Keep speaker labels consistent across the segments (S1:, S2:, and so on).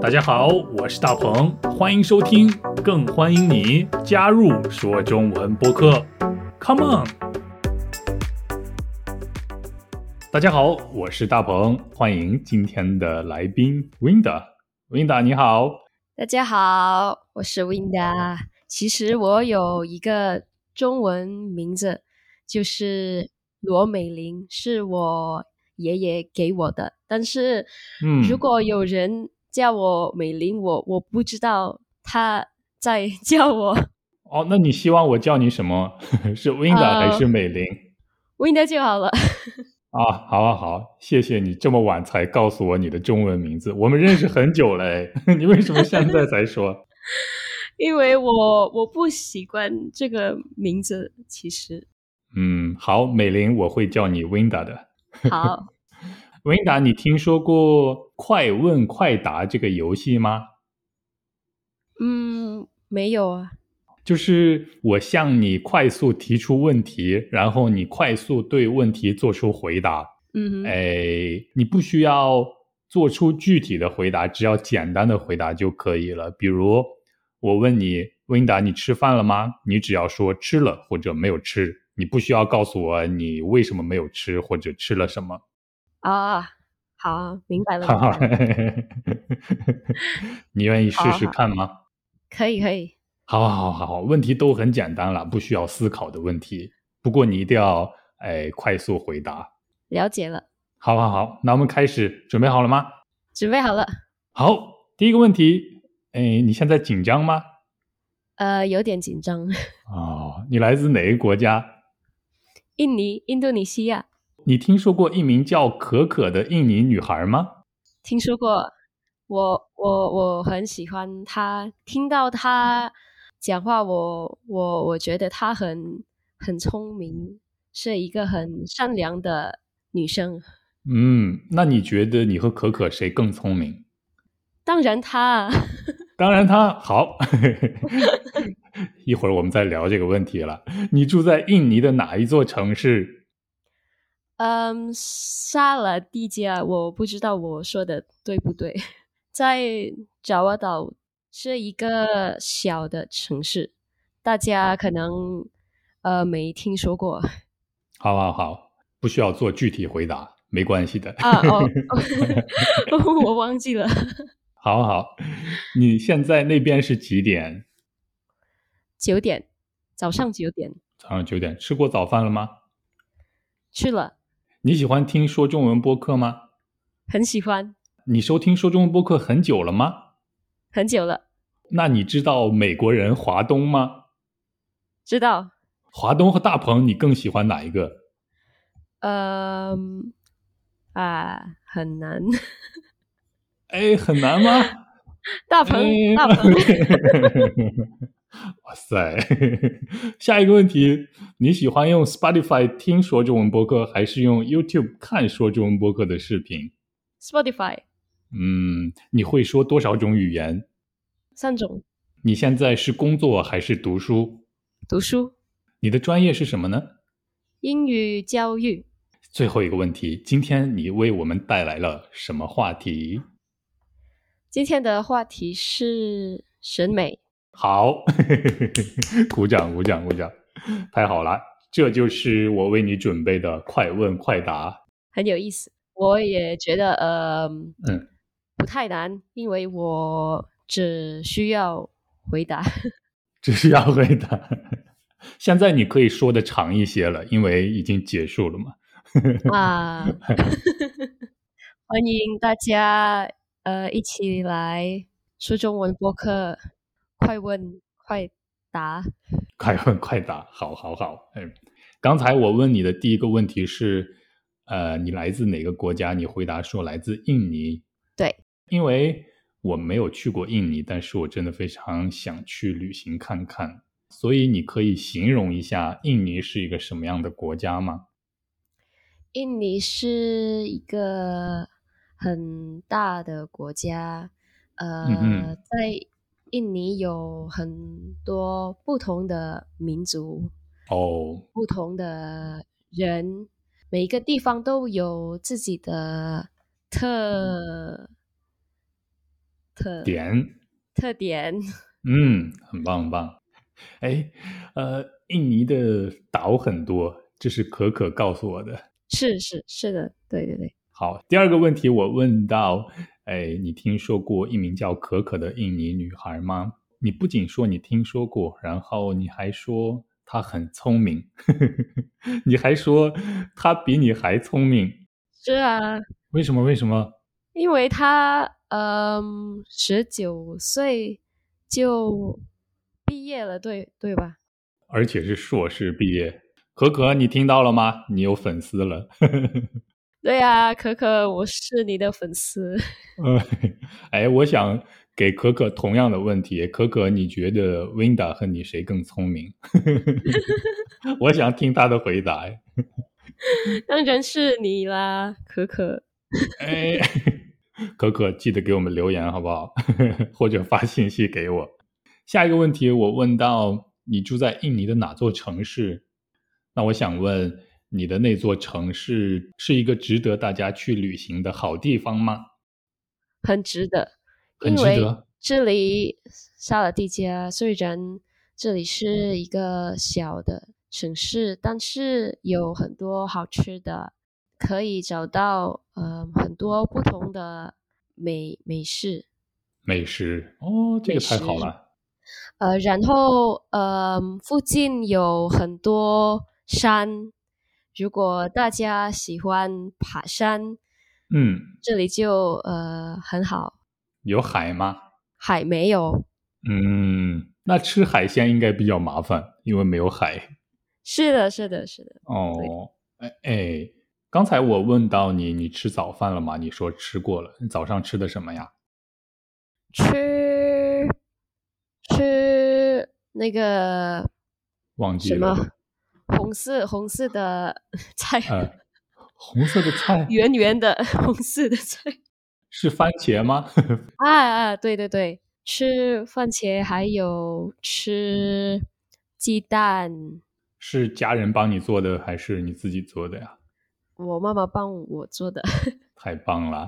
S1: 大家好，我是大鹏，欢迎收听，更欢迎你加入说中文播客，Come on！大家好，我是大鹏，欢迎今天的来宾 Winda。Winda 你好，
S2: 大家好，我是 Winda。其实我有一个中文名字，就是罗美玲，是我爷爷给我的。但是，
S1: 嗯
S2: 如果有人叫我美玲，我我不知道他在叫我
S1: 哦，那你希望我叫你什么？ 是 Winda
S2: 呃
S1: 还是美玲？
S2: Winda 就好了。
S1: 啊，好啊，好，谢谢你这么晚才告诉我你的中文名字，我们认识很久了哎， 你为什么现在才说？
S2: 因为我我不习惯这个名字，其实
S1: 嗯，好，美玲，我会叫你 Winda 的。
S2: 好
S1: Winda，你听说过“快问快答”这个游戏吗？
S2: 嗯，没有啊，
S1: 就是我向你快速提出问题，然后你快速对问题做出回答。
S2: 嗯哼，
S1: 哎，你不需要做出具体的回答，只要简单的回答就可以了。比如我问你温达，你吃饭了吗？你只要说吃了或者没有吃，你不需要告诉我你为什么没有吃或者吃了什么。
S2: 啊，好，明白了，
S1: 哈
S2: 明
S1: 哈
S2: 白了，，
S1: 你愿意试
S2: 好
S1: 试
S2: 好
S1: 看吗？
S2: 可以可以，
S1: 好好好好，问题都很简单了，不需要思考的问题。不过你一定要哎快速回答。
S2: 了解了，
S1: 好好好，那我们开始，准备好了吗？
S2: 准备好了，
S1: 好，第一个问题，哎，你现在紧张吗？
S2: 呃，有点紧张。
S1: 哦，你来自哪个国家？
S2: 印尼、印度尼西亚，
S1: 你听说过一名叫可可的印尼女孩吗？
S2: 听说过，我我我很喜欢他，听到他讲话，我我我觉得她很很聪明，是一个很善良的女生。
S1: 嗯，那你觉得你和可可谁更聪明？
S2: 当然她，
S1: 当然她，好。一会儿我们再聊这个问题了。你住在印尼的哪一座城市？
S2: 嗯，杀了地加，我不知道我说的对不对，在爪哇岛是一个小的城市，大家可能呃没听说过。
S1: 好好好，不需要做具体回答，没关系的。
S2: 啊哦，哦 我忘记了。
S1: 好好，你现在那边是几点？
S2: 九点，早上九点
S1: 早上九点。吃过早饭了吗？
S2: 去了，
S1: 你喜欢听说中文播客吗？
S2: 很喜欢，
S1: 你收听说中文播客很久了吗？
S2: 很久了，
S1: 那你知道美国人华东吗？
S2: 知道。
S1: 华东和大鹏，你更喜欢哪一个？
S2: 嗯、啊，很难。
S1: 哎，很难吗？
S2: 大鹏
S1: 哎，
S2: 大鹏，
S1: 哇塞！ 下一个问题，你喜欢用 Spotify 听说中文播客，还是用 YouTube 看说中文播客的视频？
S2: ，Spotify
S1: 嗯，你会说多少种语言？
S2: 三种，
S1: 你现在是工作还是读书？
S2: 读书、
S1: 你的专业是什么呢？
S2: 英语教育，
S1: 最后一个问题，今天你为我们带来了什么话题？
S2: 今天的话题是审美。
S1: 好， 鼓掌，鼓掌，鼓掌，太好了！这就是我为你准备的快问快答。
S2: 很有意思。我也觉得，呃，
S1: 嗯，
S2: 不太难，因为我只需要回答。
S1: 只需要回答。现在你可以说的长一些了，因为已经结束了嘛。
S2: 啊， 欢迎大家，呃，一起来说中文播客，快问快答。
S1: 快问快答，好好好。嗯，刚才我问你的第一个问题是，呃，你来自哪个国家？你回答说来自印尼。
S2: 对，
S1: 因为我没有去过印尼，但是我真的非常想去旅行看看。所以你可以形容一下印尼是一个什么样的国家吗？
S2: 印尼是一个很大的国家，呃，
S1: 嗯哼
S2: 在印尼有很多不同的民族、
S1: 哦，
S2: 不同的人，每一个地方都有自己的特特
S1: 点，
S2: 特点。
S1: 嗯，很棒很棒。哎，呃，印尼的岛很多，这是可可告诉我的。
S2: 是是是的，对对对。
S1: 好，第二个问题我问到，哎，你听说过一名叫可可的印尼女孩吗？你不仅说你听说过，然后你还说她很聪明， 你还说她比你还聪明，
S2: 是啊，
S1: 为什么？为什么？
S2: 因为他嗯，十九岁就毕业了，对对吧？
S1: 而且是硕士毕业。可可，你听到了吗？你有粉丝了。
S2: 对啊，可可，我是你的粉丝。
S1: 呃，哎，我想给可可同样的问题，可可，你觉得 Winda 和你谁更聪明？ 我想听她的回答。哎
S2: 当然是你啦，可可。
S1: 哎，可可，记得给我们留言好不好？ 或者发信息给我。下一个问题，我问到你住在印尼的哪座城市？那我想问，你的那座城市是一个值得大家去旅行的好地方吗？
S2: 很值得，
S1: 很
S2: 因
S1: 值
S2: 为
S1: 得
S2: 这里萨瓦迪加虽然这里是一个小的城市，但是有很多好吃的，可以找到呃很多不同的美美式，
S1: 美食哦，这个太好
S2: 美食
S1: 了。
S2: 呃，然后呃附近有很多山，如果大家喜欢爬山，
S1: 嗯，
S2: 这里就呃很好。
S1: 有海吗？
S2: 海没有，
S1: 嗯，那吃海鲜应该比较麻烦，因为没有海。
S2: 是的，是的，是的。
S1: 哦，哎哎，刚才我问到你，你吃早饭了吗？你说吃过了，早上吃的什么呀？
S2: 吃吃那个
S1: 忘记
S2: 什么
S1: 了。
S2: 红色红色的菜，
S1: 呃，红色的菜
S2: 圆圆的红色的菜。
S1: 是番茄吗？
S2: 啊啊，对对对，吃番茄还有吃鸡蛋。
S1: 是家人帮你做的还是你自己做的呀？
S2: 我妈妈帮我做的，
S1: 太棒了！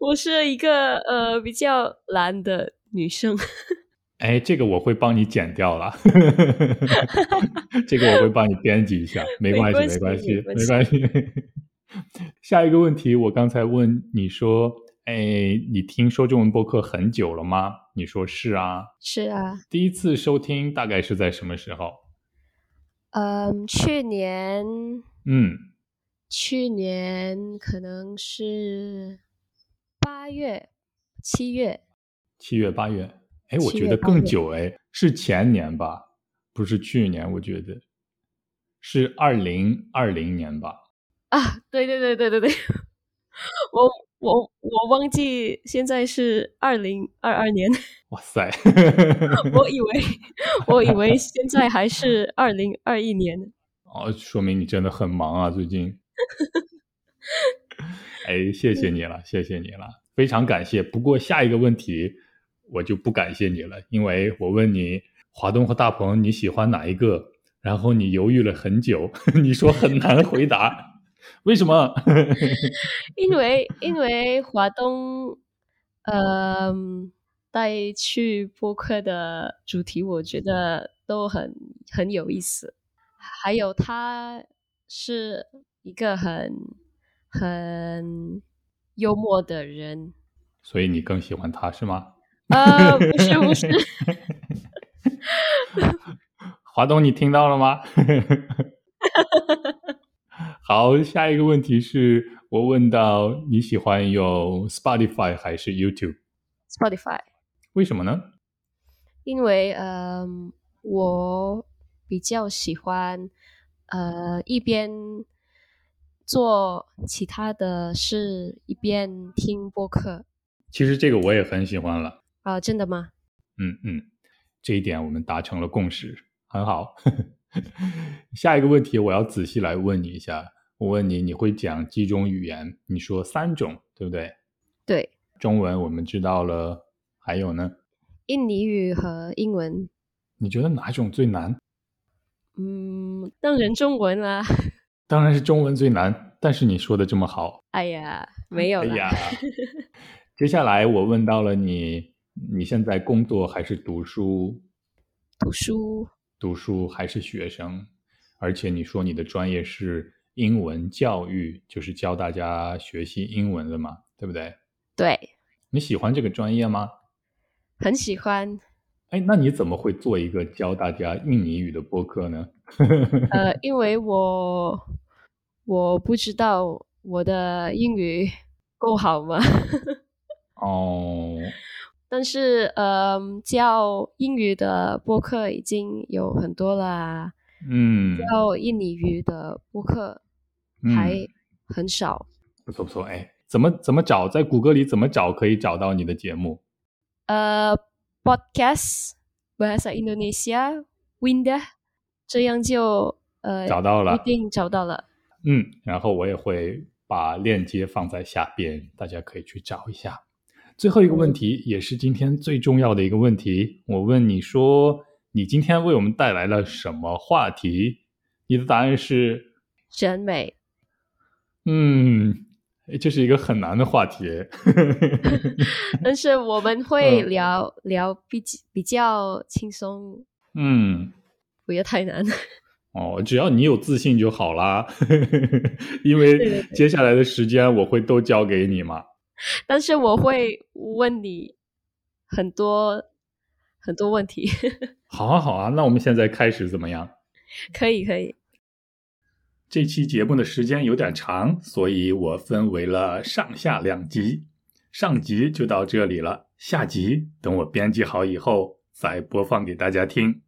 S2: 我是一个呃比较懒的女生。
S1: 哎，这个我会帮你剪掉了，这个我会帮你编辑一下，没关系，没
S2: 没
S1: 关
S2: 关
S1: 系
S2: 系，
S1: 没关系。 下一个问题，我刚才问你说，哎，你听说中文播客很久了吗？你说是啊，
S2: 是啊，
S1: 第一次收听大概是在什么时候？
S2: 嗯，去年
S1: 嗯，
S2: 去年可能是八月、七月，
S1: 七月八月，哎，我
S2: 七
S1: 觉
S2: 月
S1: 得
S2: 八
S1: 更
S2: 月
S1: 久哎，是前年吧，不是去年，我觉得是二零二零年吧。
S2: 啊， 对对对对对对， 我我我忘记现在是二零二二年，
S1: 哇塞！
S2: 我以为 我以为现在还是二零二一年，
S1: 哦，说明你真的很忙啊，最近。哎，谢谢你了，谢谢你了，非常感谢。不过下一个问题我就不感谢你了，因为我问你华东和大鹏你喜欢哪一个，然后你犹豫了很久， 你说很难回答， 为什么？
S2: 因为因为华东，呃，带去播客的主题，我觉得都很很有意思，还有他是一个很很幽默的人，
S1: 所以你更喜欢他是吗？
S2: 呃，不是 不是，
S1: 华东，你听到了吗？好，下一个问题是我问到你喜欢用 Spotify 还是 YouTube？
S2: Spotify，
S1: 为什么呢？
S2: 因为嗯、我比较喜欢呃一边做其他的事，一边听播客
S1: 其实这个我也很喜欢了。
S2: 啊、真的吗？
S1: 嗯嗯，这一点我们达成了共识，很好。 下一个问题我要仔细来问你一下。我问你，你会讲几种语言？你说三种，对不对？
S2: 对，
S1: 中文我们知道了，还有呢？
S2: 印尼语和英文，
S1: 你觉得哪种最难？
S2: 嗯，当然中文啦。
S1: 当然是中文最难，但是你说的这么好，
S2: 哎呀，没有
S1: 哎
S2: 啦。
S1: 呀，接下来我问到了你，你现在工作还是读书？
S2: 读书，
S1: 读书还是学生？而且你说你的专业是英文教育，就是教大家学习英文的嘛，对不对？
S2: 对，
S1: 你喜欢这个专业吗？
S2: 很喜欢。
S1: 哎，那你怎么会做一个教大家印尼语的播客呢？
S2: 呃，因为我我不知道我的英语够好吗？
S1: 哦，
S2: 但是，呃，教英语的播客已经有很多啦，
S1: 嗯，
S2: 教印尼语的播客
S1: 嗯
S2: 还很少。
S1: 不错不错。哎，怎么怎么找，在谷歌里怎么找可以找到你的节目？
S2: 呃，podcast bahasa Indonesia Windah，这样就呃
S1: 找到了
S2: 一，定找到了。
S1: 嗯，然后我也会把链接放在下边，大家可以去找一下。最后一个问题，也是今天最重要的一个问题，我问你说，你今天为我们带来了什么话题？你的答案是，
S2: 审美，
S1: 嗯，诶这是一个很难的话题。
S2: 但是我们会
S1: 嗯
S2: 聊、聊比比较轻松，
S1: 嗯，
S2: 不要太难。
S1: 哦，只要你有自信就好啦， 因为
S2: 对
S1: 接下来的时间我会都交给你嘛。
S2: 但是我会问你很多很多问题，
S1: 好啊，好啊，那我们现在开始怎么样？
S2: 可以可以，
S1: 这期节目的时间有点长，所以我分为了上下两集，上集就到这里了，下集等我编辑好以后再播放给大家听。